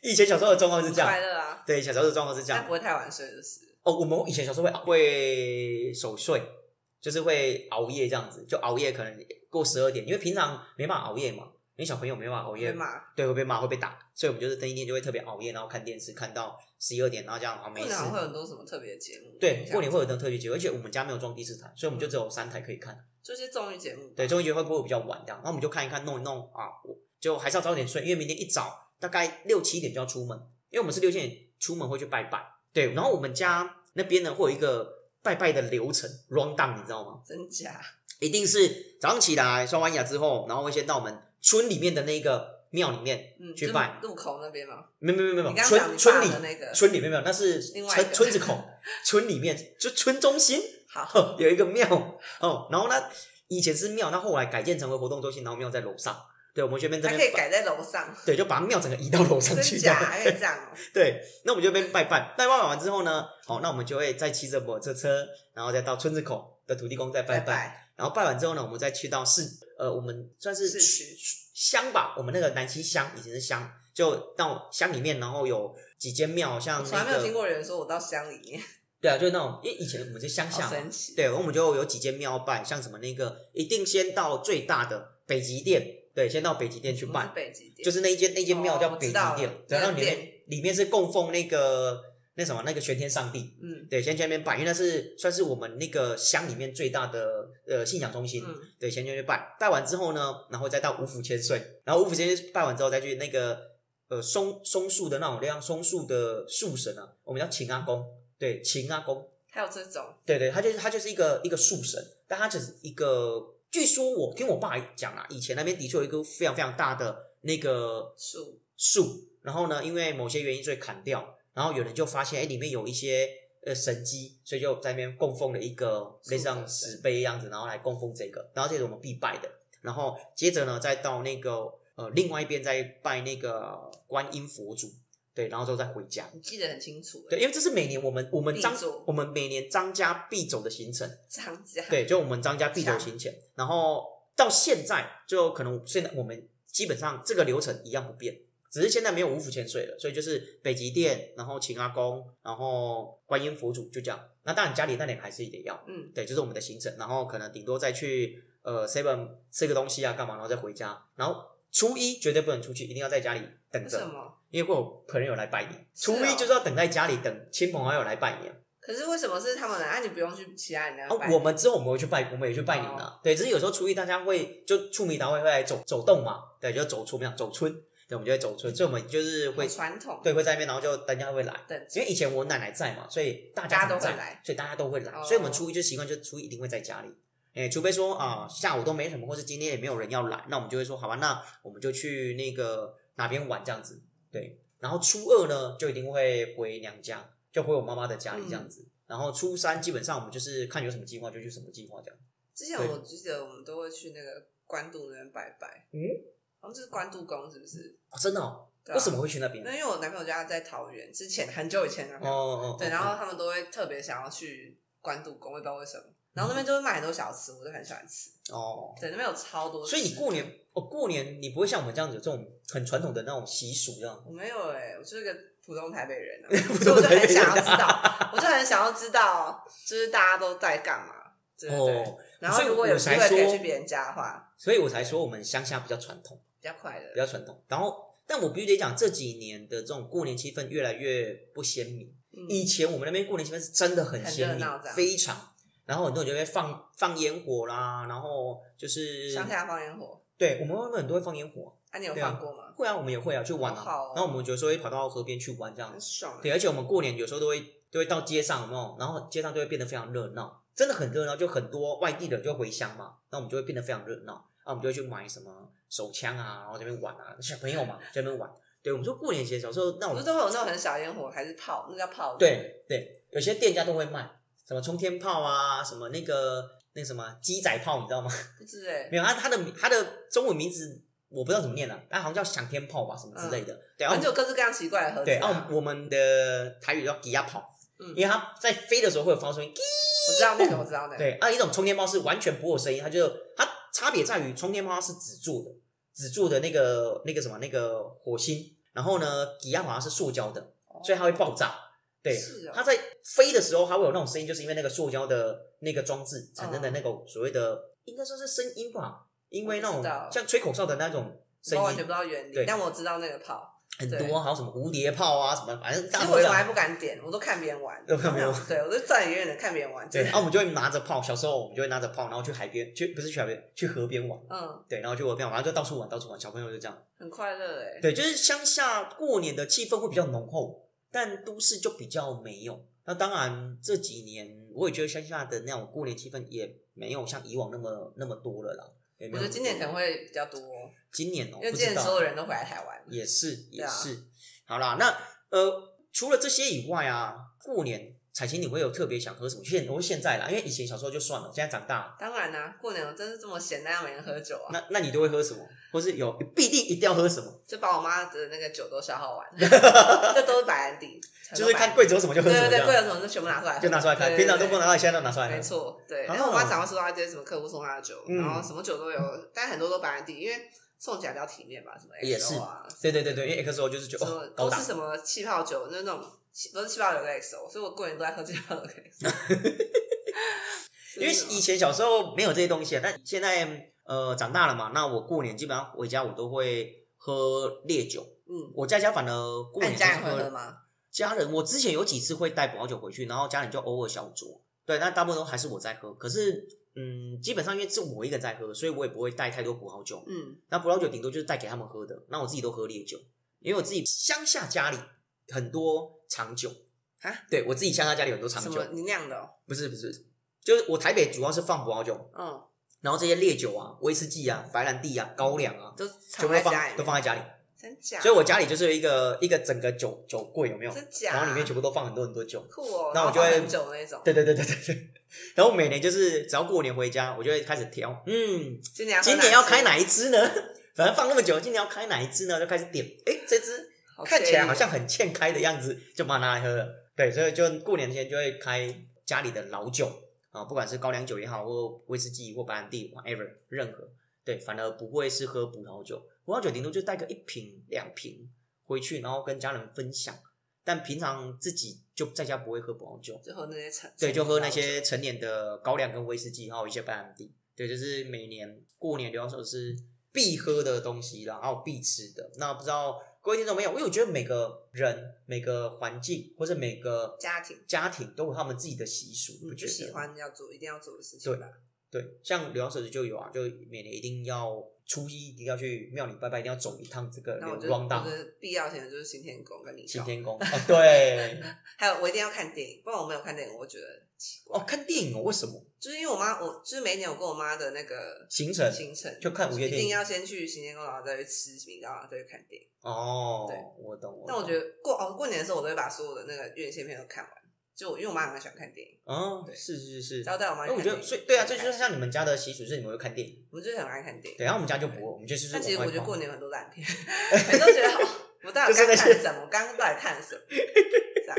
S2: 以前小时候的状况是这
S1: 快
S2: 样，
S1: 乐啊，
S2: 对，小时候的状况是这样
S1: 但，不会太晚睡就是。
S2: 哦，我们以前小时候会会守岁，就是会熬夜这样子，就熬夜可能过十二点，因为平常没办法熬夜嘛，因为小朋友没办法熬
S1: 对，
S2: 夜
S1: 嘛，
S2: 对，会被骂会被打，所以我们就是那一天就会特别熬夜，然后看电视看到十一二点，然后这样啊没
S1: 过
S2: 事
S1: 年。好像会有很多什么特别的节目，
S2: 对，
S1: 像
S2: 过年会有那种特别节目，而且我们家没有装第四台，所以我们就只有三台可以看。
S1: 就是综艺节目，
S2: 对，中秋节会播会比较晚这样，然后我们就看一看，弄一弄啊，我就还是要早点睡，因为明天一早大概六七点就要出门，因为我们是六七点出门会去拜拜。对，然后我们家那边呢会有一个拜拜的流程 round down，你知道吗？
S1: 真假？
S2: 一定是早上起来刷完牙之后，然后会先到我们村里面的那个庙里面
S1: 嗯，
S2: 去
S1: 就
S2: 拜。
S1: 路口那边嘛，
S2: 没有没有没有没
S1: 你
S2: 有，
S1: 刚刚讲你
S2: 村村
S1: 爸
S2: 里
S1: 的那个，
S2: 呃村里面没有，那是
S1: 另外一
S2: 村
S1: 个
S2: 村子口， 村里面就村中心。
S1: 好，
S2: 哦，有一个庙哦，然后呢，以前是庙，那后来改建成为活动中心，然后庙在楼上。对，我们这边这
S1: 还
S2: 边
S1: 可以
S2: 把
S1: 改在楼上，
S2: 对，就把庙整个移到楼上
S1: 真
S2: 去。
S1: 假还可以这样哦。
S2: 对，那我们就被拜拜，拜拜完之后呢，好、那我们就会再骑着摩托车，然后再到村子口的土地公再拜
S1: 拜
S2: 拜，然后拜完之后呢，我们再去到市，呃，我们算是
S1: 市区
S2: 乡吧，我们那个南溪乡以前是乡，就到乡里面，然后有几间庙，像
S1: 我从来
S2: 那
S1: 没有听
S2: 个
S1: 过有人说我到乡里面，
S2: 对啊，就是那种，因为以前我们是乡下
S1: 好
S2: 嘛，
S1: 神奇。
S2: 对，然后我们就有几间庙拜，像什么那个，一定先到最大的北极殿，对，先到北极殿去
S1: 我们
S2: 拜
S1: 是，北极点，
S2: 就是那一间那间庙
S1: 嗯哦
S2: 叫
S1: 我
S2: 北
S1: 知
S2: 极
S1: 道
S2: 殿
S1: 了，
S2: 对，
S1: 那
S2: 然
S1: 个
S2: 后里面
S1: 殿
S2: 里面是供奉那个那什么那个玄天上帝，
S1: 嗯
S2: 对，先去那边拜，因为那是算是我们那个乡里面最大的呃信仰中心，
S1: 嗯，
S2: 对，先去拜，拜完之后呢，然后再到五府千岁，然后五府千岁拜完之后再去那个呃松松树的那种像松树的树神啊，我们叫秦阿公，对，秦阿公。
S1: 还有这种
S2: 对对，他就是他就是一个一个树神，但他只是一个。据说我听我爸讲啊，以前那边的确有一个非常非常大的那个
S1: 树
S2: 树，然后呢，因为某些原因所以砍掉，然后有人就发现哎里面有一些呃神迹，所以就在那边供奉了一个类似像石碑样子，然后来供奉这个，然后这是我们必拜的，然后接着呢再到那个呃另外一边再拜那个观音佛祖，对，然后之后再回家，
S1: 你记得很清楚、欸。
S2: 对，因为这是每年我们我们张
S1: 必走
S2: 我们每年张家必走的行程，
S1: 张家
S2: 对，就我们张家必走行程。
S1: 啊
S2: 然后到现在，就可能现在我们基本上这个流程一样不变，只是现在没有五府潜水了，所以就是北极殿，然后请阿公，然后观音佛祖就这样。那当然家里那点还是得要，
S1: 嗯，
S2: 对，就是我们的行程。然后可能顶多再去呃 seven 吃个东西啊，干嘛，然后再回家。然后初一绝对不能出去，一定要在家里等
S1: 为什
S2: 着，
S1: 么？
S2: 因为会有朋友来拜年。
S1: 是
S2: 初
S1: 哦
S2: 一就是要等在家里等亲朋好友来拜年。
S1: 可是为什么是他们来？啊，你不用去其他人家
S2: 哦
S1: 拜、，
S2: 我们之后我们会去拜，我们也去拜年啊。对，只是有时候初一大家会就处迷达会会来走走动嘛，对，就走出庙走村，对，我们就会走村，所以我们就是
S1: 好
S2: 会
S1: 传统，
S2: 对会在那边，然后就大家会来。
S1: 等
S2: 因为以前我奶奶在嘛，所以大
S1: 大
S2: 家
S1: 家都
S2: 常在
S1: 会来，
S2: 所以大家都会来，
S1: 哦
S2: 所以我们初一就习惯，就初一一定会在家里。哎，除非说啊、下午都没什么，或是今天也没有人要来，那我们就会说好吧，那我们就去那个哪边玩这样子。对，然后初二呢，就一定会回娘家，就回我妈妈的家里这样
S1: 嗯
S2: 子。然后初三基本上我们就是看有什么计划就去什么计划这样。
S1: 之前我记得我们都会去那个关渡那边拜拜，
S2: 嗯，
S1: 好像就是关渡宫，是不是？
S2: 哦、真的、哦？
S1: 对啊
S2: 为什么会去那边？
S1: 那因为我男朋友家在桃园，之前很久以前的男
S2: 哦
S1: 朋友，
S2: 哦，哦
S1: 对，然后他们都会特别想要去关渡宫，我也不知道为什么。然
S2: 嗯
S1: 后那边就会卖很多小吃，我就很喜欢吃。
S2: 哦，
S1: 对，那边有超多吃。
S2: 所以你过年哦，过年你不会像我们这样子有这种很传统的那种习俗这样。
S1: 我没有哎、我就是个普通台北 人啊，所以
S2: 通
S1: 我就很
S2: 台北人
S1: 想
S2: 啊
S1: 要知道，我就很想要知道，就是大家都在干嘛，对不对？
S2: 哦，
S1: 然
S2: 所
S1: 后
S2: 以
S1: 如果有
S2: 我
S1: 机
S2: 才
S1: 会可以
S2: 说
S1: 去别人家的话，
S2: 所以我才说我们乡下比较传统，
S1: 比较快乐
S2: 比。较传统。然后，但我必须得讲，这几年的这种过年气氛越来越不鲜明。
S1: 嗯
S2: 以前我们那边过年气氛是真的很鲜
S1: 很
S2: 明
S1: 热闹这，样
S2: 非常。然后很多人就会放放烟火啦，然后就是
S1: 乡下放烟火，
S2: 对，我们外面很多会放烟火，
S1: 啊，你有
S2: 对啊
S1: 放过吗？
S2: 会啊，我们也会啊，去玩啊。
S1: 好好哦
S2: 然后我们有时候会跑到河边去玩这样
S1: 很
S2: 子。
S1: 爽欸。
S2: 对，而啊且我们过年有时候都会都会到街上，有没有？然后街上就会变得非常热闹，真的很热闹，就很多外地人就回乡嘛，那我们就会变得非常热闹，啊，我们就会去买什么手枪啊，然后这边玩啊，小朋友嘛，在那边玩。对，我们说过年前小时候那
S1: 欸不
S2: 种
S1: 是，都会有那种很小烟火，还是炮？那叫炮。
S2: 对对，有些店家都会卖什么冲天炮啊，什么那个那什么鸡仔炮，你知道吗？
S1: 不是哎
S2: 没，有，它它的它的中文名字我不知道怎么念了、啊，它好像叫响天炮吧，什么之类的。对，然后
S1: 嗯反正就有各式各样奇怪的盒子
S2: 对，
S1: 啊。
S2: 啊，我们的台语叫“吉亚跑”，
S1: 嗯
S2: 因为它在飞的时候会有发出音。
S1: 我知道那个，我知道那个。
S2: 对，啊，一种冲天炮是完全不会有声音，它就它差别在于冲天炮它是纸做的，纸做的那个那个什么那个火星，然后呢，吉亚跑它是塑胶的，
S1: 哦
S2: 所以它会爆炸。对，
S1: 是哦
S2: 它在飞的时候它会有那种声音，就是因为那个塑胶的那个装置产生的那个所谓的，应该说是声音吧，因为
S1: 嗯
S2: 那
S1: 我
S2: 种
S1: 不知道
S2: 像吹口哨的那种声
S1: 我完全
S2: 音
S1: 不知道原理
S2: 对，
S1: 但我知道那个炮。
S2: 很
S1: 对
S2: 多，还有什么蝴蝶炮啊什么，反正
S1: 其
S2: 大
S1: 实
S2: 家
S1: 我
S2: 会
S1: 从
S2: 让
S1: 来不敢点，我都看别人玩。
S2: 都看别人玩
S1: 对，我都站远远的看别人玩。真
S2: 对，
S1: 的
S2: 然后我们就会拿着炮，小时候我们就会拿着炮，然后去海边，去不是去海边，去河边玩，
S1: 嗯，
S2: 对，然后去河边玩，然后就到处玩，到处玩，小朋友就这样，
S1: 很快乐哎。
S2: 对，就是乡下过年的气氛会比较浓厚，但都市就比较没有。那当然这几年我也觉得乡下的那种过年气氛也没有像以往那么那么多了啦。也没
S1: 我
S2: 有
S1: 觉得今年可能
S2: 会
S1: 会比较多，
S2: 今年哦、
S1: 因为
S2: 不
S1: 今
S2: 知
S1: 年
S2: 道
S1: 所有人都回来台湾。
S2: 也是也
S1: 啊
S2: 是，好啦，那呃，除了这些以外啊，过年彩琴你会有特别想喝什么？现我现在啦，因为以前小时候就算了，现在长大了
S1: 当然啦，过年我真是这么闲，那样没人喝酒啊，
S2: 那那你都会喝什么？或是有必定一定要喝什么？
S1: 就把我妈的那个酒都消耗完，这都是白兰地，
S2: 就是看柜子有什么就喝
S1: 对
S2: 什么
S1: 对
S2: 这
S1: 对，
S2: 样，
S1: 贵的什么就全部拿出来喝，
S2: 就拿出来看，
S1: 啊对
S2: 平常都不。拿
S1: 对
S2: 出来，现在都拿出来
S1: 对
S2: 喝。
S1: 没错，对。
S2: 哦
S1: 然后我妈常会收到一些什么客户送她的酒，
S2: 嗯
S1: 然后什么酒都有，但很多都白兰地，因为送起来比较体面吧，什么
S2: 也是
S1: XO 啊，
S2: 对对对对，因为 XO 就是觉
S1: 什
S2: 得
S1: 么
S2: 哦高
S1: 都
S2: 档
S1: 是，什么气泡酒，就是那种气都是气泡酒跟 XO，所以我过年都在喝气泡酒跟 XO。
S2: 因为以前小时候没有这些东西，啊，但现在呃长大了嘛，那我过年基本上回家我都会喝烈酒。
S1: 嗯，
S2: 我在家反而过
S1: 那
S2: 年
S1: 你
S2: 都
S1: 家
S2: 是
S1: 人会喝吗？
S2: 家人，我之前有几次会带葡萄酒回去，然后家人就偶尔小酌，对，那大部分都还是我在喝。可是，嗯，基本上因为是我一个人在喝，所以我也不会带太多葡萄酒。
S1: 嗯，
S2: 那葡萄酒顶多就是带给他们喝的，那我自己都喝烈酒，因为我自己乡下家里很多长酒
S1: 啊，
S2: 对我自己乡下家里有很多长
S1: 什
S2: 酒
S1: 么，你酿的、哦？
S2: 不是不是，就是我台北主要是放葡萄酒，
S1: 嗯，
S2: 然后这些烈酒啊、威士忌啊、白兰地啊、高粱啊，
S1: 都
S2: 全
S1: 藏
S2: 部都
S1: 在家里
S2: 放
S1: 面，
S2: 都放在家里。
S1: 真假？
S2: 所以我家里就是有一个一个整个酒酒柜，有没有？
S1: 真假？
S2: 然后里面全部都放很多很多酒。
S1: 酷哦，
S2: 那我
S1: 然后
S2: 就会
S1: 放很久的那种。
S2: 对对对对对对。然后每年就是只要过年回家，我就会开始挑，嗯，
S1: 今年
S2: 今年要
S1: 开
S2: 开哪一支呢？ 反正放那么久，今年要开哪一支呢？就开始点，哎，这支看起来好像很欠开的样子，就把它拿来喝了。对，所以就过年前就会开家里的老酒啊，不管是高粱酒也好，或威士忌或白兰地，whatever，任何对，反而不会是喝葡萄酒，葡萄酒顶多就带个一瓶两瓶回去，然后跟家人分享。但平常自己就在家不会喝葡萄酒，
S1: 就喝那些陈，
S2: 对，就喝那
S1: 陈
S2: 些成年的高粱跟威士忌，还有一些白兰地。对，就是每年过年留洋手是必喝的东西啦，还有必吃的。那不知道各位听众朋友，因为我觉得每个人、每个环境或者每个
S1: 家庭
S2: 家庭都有他们自己的习俗，
S1: 你
S2: 我
S1: 就
S2: 觉得
S1: 喜欢要做一定要做的事情吧。
S2: 对，像流浪手指就有啊，就每年一定要初一一定要去庙里拜拜，一定要走一趟这个
S1: 那我
S2: 流
S1: 觉得
S2: 光
S1: 我
S2: 大
S1: 觉得必要性的就是新天宫跟李
S2: 行
S1: 高，
S2: 天宫啊、哦对，
S1: 还有我一定要看电影，不然我没有看电影，我觉得奇怪。
S2: 哦，看电影哦，为什么
S1: 就是因为我妈，我就是每年我跟我妈的那个
S2: 行程
S1: 行程，
S2: 就看午夜
S1: 一
S2: 电
S1: 定
S2: 影？
S1: 要先去行天宫，然后再去吃米糕，然后再去看电影。
S2: 哦，
S1: 对
S2: 我懂。我
S1: 但我
S2: 懂
S1: 觉得过哦过年的时候，我都会把所有的那个院线片都看完。就我因为我妈很喜欢看电影，
S2: 哦，
S1: 对
S2: 是是是。
S1: 招待我妈去
S2: 那
S1: 看
S2: 我
S1: 电影。
S2: 觉得，所以对啊，这就
S1: 很
S2: 是
S1: 开
S2: 像
S1: 心
S2: 你们家的习俗，是你们会看电影。
S1: 我们就是很爱看电影。
S2: 对，然后我们家就不会，我们就是
S1: 但其实我
S2: 往外
S1: 觉得
S2: 放
S1: 过年有很多烂 片，每次都觉得哦我到底
S2: 就是
S1: 刚
S2: 那
S1: 看
S2: 些
S1: 什么？我刚刚到底看什么？这样，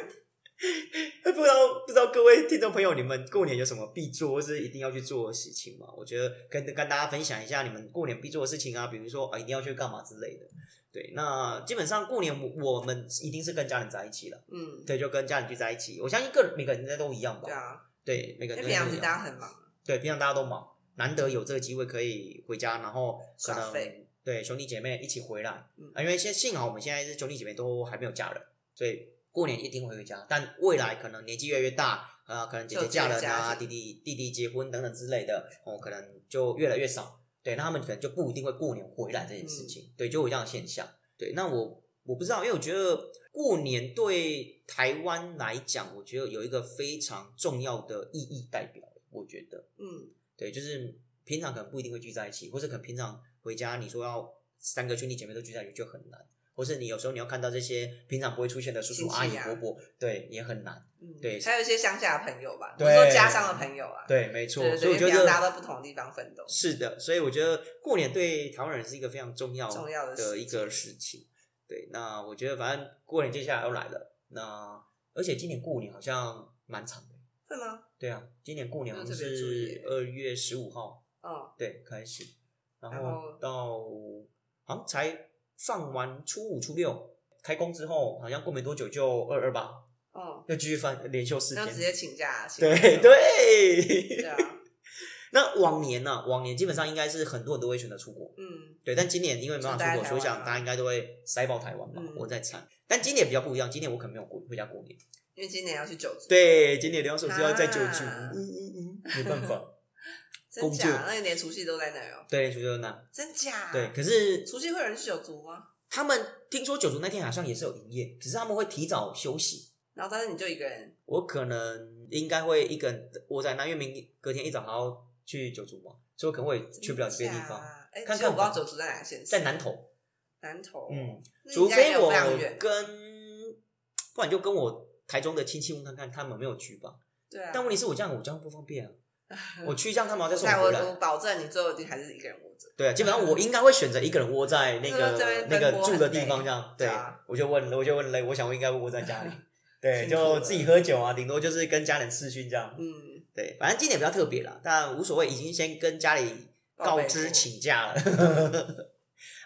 S2: 哎不知道不知道各位听众朋友，你们过年有什么必做或是一定要去做的事情吗？我觉得跟跟大家分享一下你们过年必做的事情啊，比如说啊一定要去干嘛之类的。对，那基本上过年我我们一定是跟家人在一起了，
S1: 嗯，
S2: 对，就啊跟家人聚在一起。我相信个人每个人应该都一样吧？
S1: 对啊，
S2: 对，啊每个
S1: 因为
S2: 人
S1: 平常
S2: 都
S1: 时
S2: 一
S1: 大家
S2: 样。
S1: 很忙，
S2: 对，平常大家都忙，难得有这个机会可以回家，然后可
S1: 耍
S2: 能
S1: 废
S2: 对兄弟姐妹一起回来。
S1: 嗯
S2: 啊，因为现幸好我们现在是兄弟姐妹都还没有嫁人，所以过年一定会回家。但未来可能年纪越来越大，呃，可能姐姐
S1: 就
S2: 嫁人
S1: 自己的
S2: 啊，
S1: 家
S2: 弟
S1: 庭
S2: 弟弟弟结婚等等之类的，哦，可能就越来越少。对，那他们可能就不一定会过年回来这件
S1: 嗯
S2: 事情，对，就有这样的现象。对，那我我不知道，因为我觉得过年对台湾来讲，我觉得有一个非常重要的意义代表，我觉得。
S1: 嗯，
S2: 对，就是平常可能不一定会聚在一起，或者可能平常回家你说要三个兄弟姐妹都聚在一起就很难，或是你有时候你要看到这些平常不会出现的叔叔
S1: 亲戚
S2: 阿姨
S1: 啊
S2: 伯伯，对，也很难。
S1: 嗯
S2: 对
S1: 还有一些乡下的朋友吧，
S2: 对
S1: 我说家上的朋友啊，
S2: 对，没错
S1: 对，
S2: 所
S1: 对
S2: 以
S1: 对，因
S2: 我觉
S1: 为平常大
S2: 得
S1: 家都不同的地方奋斗，
S2: 是的，所以我觉得过年对台湾人是一个非常重要
S1: 重要的
S2: 的
S1: 事
S2: 一个事情。对，那我觉得反正过年接下来要来了，那而且今年过年好像蛮长的。
S1: 会吗？
S2: 对啊，今年过年好
S1: 没
S2: 像
S1: 有特别注意
S2: 是
S1: 耶
S2: 二月十五号，
S1: 嗯，
S2: 对，开始，然
S1: 然
S2: 后
S1: 后
S2: 到好像才放完初五、初六开工之后，好像过没多久就二二八，
S1: 哦，
S2: 又继续放连休四
S1: 那直
S2: 天。
S1: 接请假，请假
S2: 对
S1: 对
S2: 对，
S1: 啊，
S2: 那往年呢、往年基本上应该是很多人都会选择出国，
S1: 嗯，
S2: 对，但今年因为没办
S1: 就
S2: 法
S1: 待
S2: 出国，
S1: 在
S2: 所以
S1: 台湾
S2: 想
S1: 嘛
S2: 大家应该都会塞爆台湾吧，
S1: 嗯
S2: 我在猜。但今年比较不一样，今年我可能没有过回家过年，
S1: 因为今年要去九族，，
S2: 对，今年两手是要在九族，
S1: 啊
S2: 嗯嗯嗯，没办 法，
S1: 真
S2: 工
S1: 假
S2: 作？
S1: 那你连除夕都在那儿哦，
S2: 对，就就那，
S1: 真假？
S2: 对，，可是
S1: 除夕会有人去九族吗？
S2: 他们听说九族那天好像也是有营业，只是他们会提早休息。
S1: 然后但是你就一个人，
S2: 我可能应该会一个人窝在那，因为明隔天一早还要去九族嘛，所以我可能会去不了别的地
S1: 真
S2: 方，
S1: 假。哎，
S2: 看
S1: 其实我不
S2: 看
S1: 知道
S2: 吧
S1: 九族在哪个县市，
S2: 在南投。
S1: 南投，
S2: 嗯，
S1: 那
S2: 除
S1: 应该没
S2: 非
S1: 有
S2: 我
S1: 非常远，
S2: 跟，不然就跟我台中的亲戚问看看他们有没有去吧。
S1: 对啊，
S2: 但问题是我这样我这样不方便啊， 我去这样他们要再送
S1: 但
S2: 我
S1: 我
S2: 回
S1: 啊我
S2: 来。
S1: 保证你最后一定还是一个人握着。
S2: 对啊，基本上我应该会选择一个人窝在那个
S1: 就是在那边奔
S2: 那个
S1: 波
S2: 住的
S1: 很累
S2: 地方，这样。
S1: 对
S2: 对
S1: 啊，
S2: 我就问，我就问嘞，我想我应该会窝在 家里，对，
S1: 辛苦了
S2: 就自己喝酒啊，顶多就是跟家人视讯这样。
S1: 嗯，
S2: 对，反正今年比较特别啦，但无所谓，已经先跟家里
S1: 报
S2: 告
S1: 备
S2: 知
S1: 过
S2: 请假了。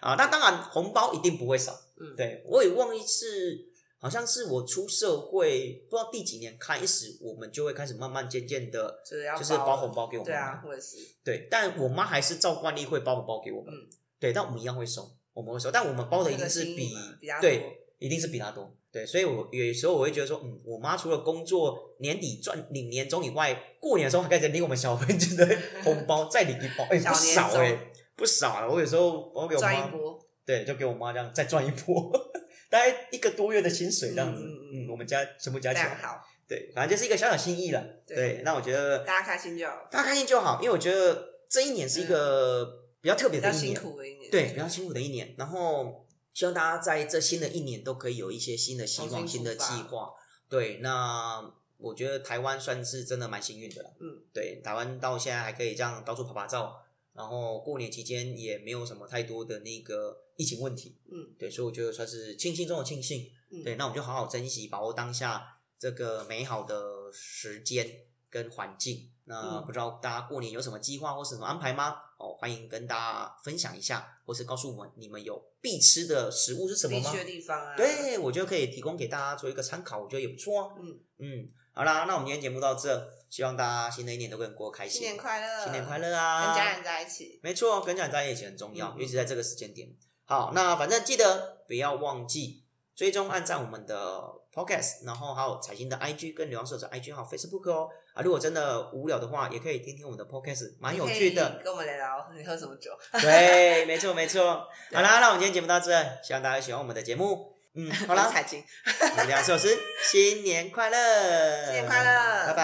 S2: 啊，那当然红包一定不会少。
S1: 嗯，，
S2: 对我也忘记是，好像是我出社会不知道第几年开始，我们就会开始慢慢渐渐的，
S1: 就是要
S2: 就是包红包给我们。
S1: 对啊，我也是，
S2: 对，但我妈还是照惯例会包红包给我们。
S1: 嗯
S2: 对，但我们一样会收，我们会收，但我们包的一定是
S1: 那个心
S2: 比
S1: 意嘛比较多
S2: 对，一定是比她多。对，所以我有时候我会觉得说，嗯，我妈除了工作年底赚领年终以外，过年的时候还开始领我们小朋友的红包，再领一包，哎、
S1: 小
S2: 不
S1: 年
S2: 少
S1: 终
S2: 哎、不少啊！我有时候包给我
S1: 赚
S2: 妈
S1: 一，波，
S2: 对，就给我妈这样再赚一波，大概一个多月的薪水这样子。
S1: 嗯嗯
S2: 嗯
S1: 嗯
S2: 我们家全部加
S1: 这
S2: 起
S1: 样
S2: 来，
S1: 好，
S2: 对，反正就是一个小小心意了。
S1: 对
S2: 对，那我觉得
S1: 大家开心就好。
S2: 大家开心就好，因为我觉得这一年是一个比较特别
S1: 嗯比
S2: 的
S1: 较
S2: 一
S1: 辛
S2: 年，
S1: 苦的一年，
S2: 对，比较辛苦的一年。然后希望大家在这新的一年都可以有一些新的希
S1: 重
S2: 望、
S1: 新
S2: 新
S1: 出
S2: 的计
S1: 发
S2: 划。对，那我觉得台湾算是真的蛮幸运的了。
S1: 嗯，
S2: 对，台湾到现在还可以这样到处拍拍照，然后过年期间也没有什么太多的那个疫情问题。
S1: 嗯
S2: 对，所以我觉得算是庆幸中的庆幸。
S1: 嗯，
S2: 对，那我们就好好珍惜，把握当下这个美好的时间跟环境。那
S1: 嗯
S2: 不知道大家过年有什么计划或是什么安排吗？哦，欢迎跟大家分享一下，或是告诉我们你们有必吃的食物是什么
S1: 必
S2: 吗
S1: 去？的地方啊，，
S2: 对，我觉得可以提供给大家做一个参考，我觉得也不错啊。
S1: 嗯，
S2: 嗯，好啦，那我们今天节目到这，希望大家新的一年都跟过得开心，
S1: 新年快乐，
S2: 新年快，乐
S1: 跟
S2: 啊！
S1: 家人在一起，
S2: 没错，跟家长在一起很重要，
S1: 嗯
S2: 尤其在这个时间点。好，那反正记得不要忘记追踪、按赞我们的 Podcast，然后还有彩星的 IG 跟流浪社的 IG 还有 Facebook 哦。啊，如果真的无聊的话，也可以听听我们的 Podcast，蛮有趣
S1: 可以
S2: 的。
S1: 跟我们聊聊你喝什么酒，
S2: 对，没错没错。好啦，那我们今天节目到这，希望大家喜欢我们的节目。嗯，好
S1: 我
S2: 啦
S1: 是，彩金，
S2: 我们梁寿师，新年快乐！
S1: 新年快乐
S2: 拜拜，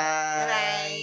S1: 拜拜。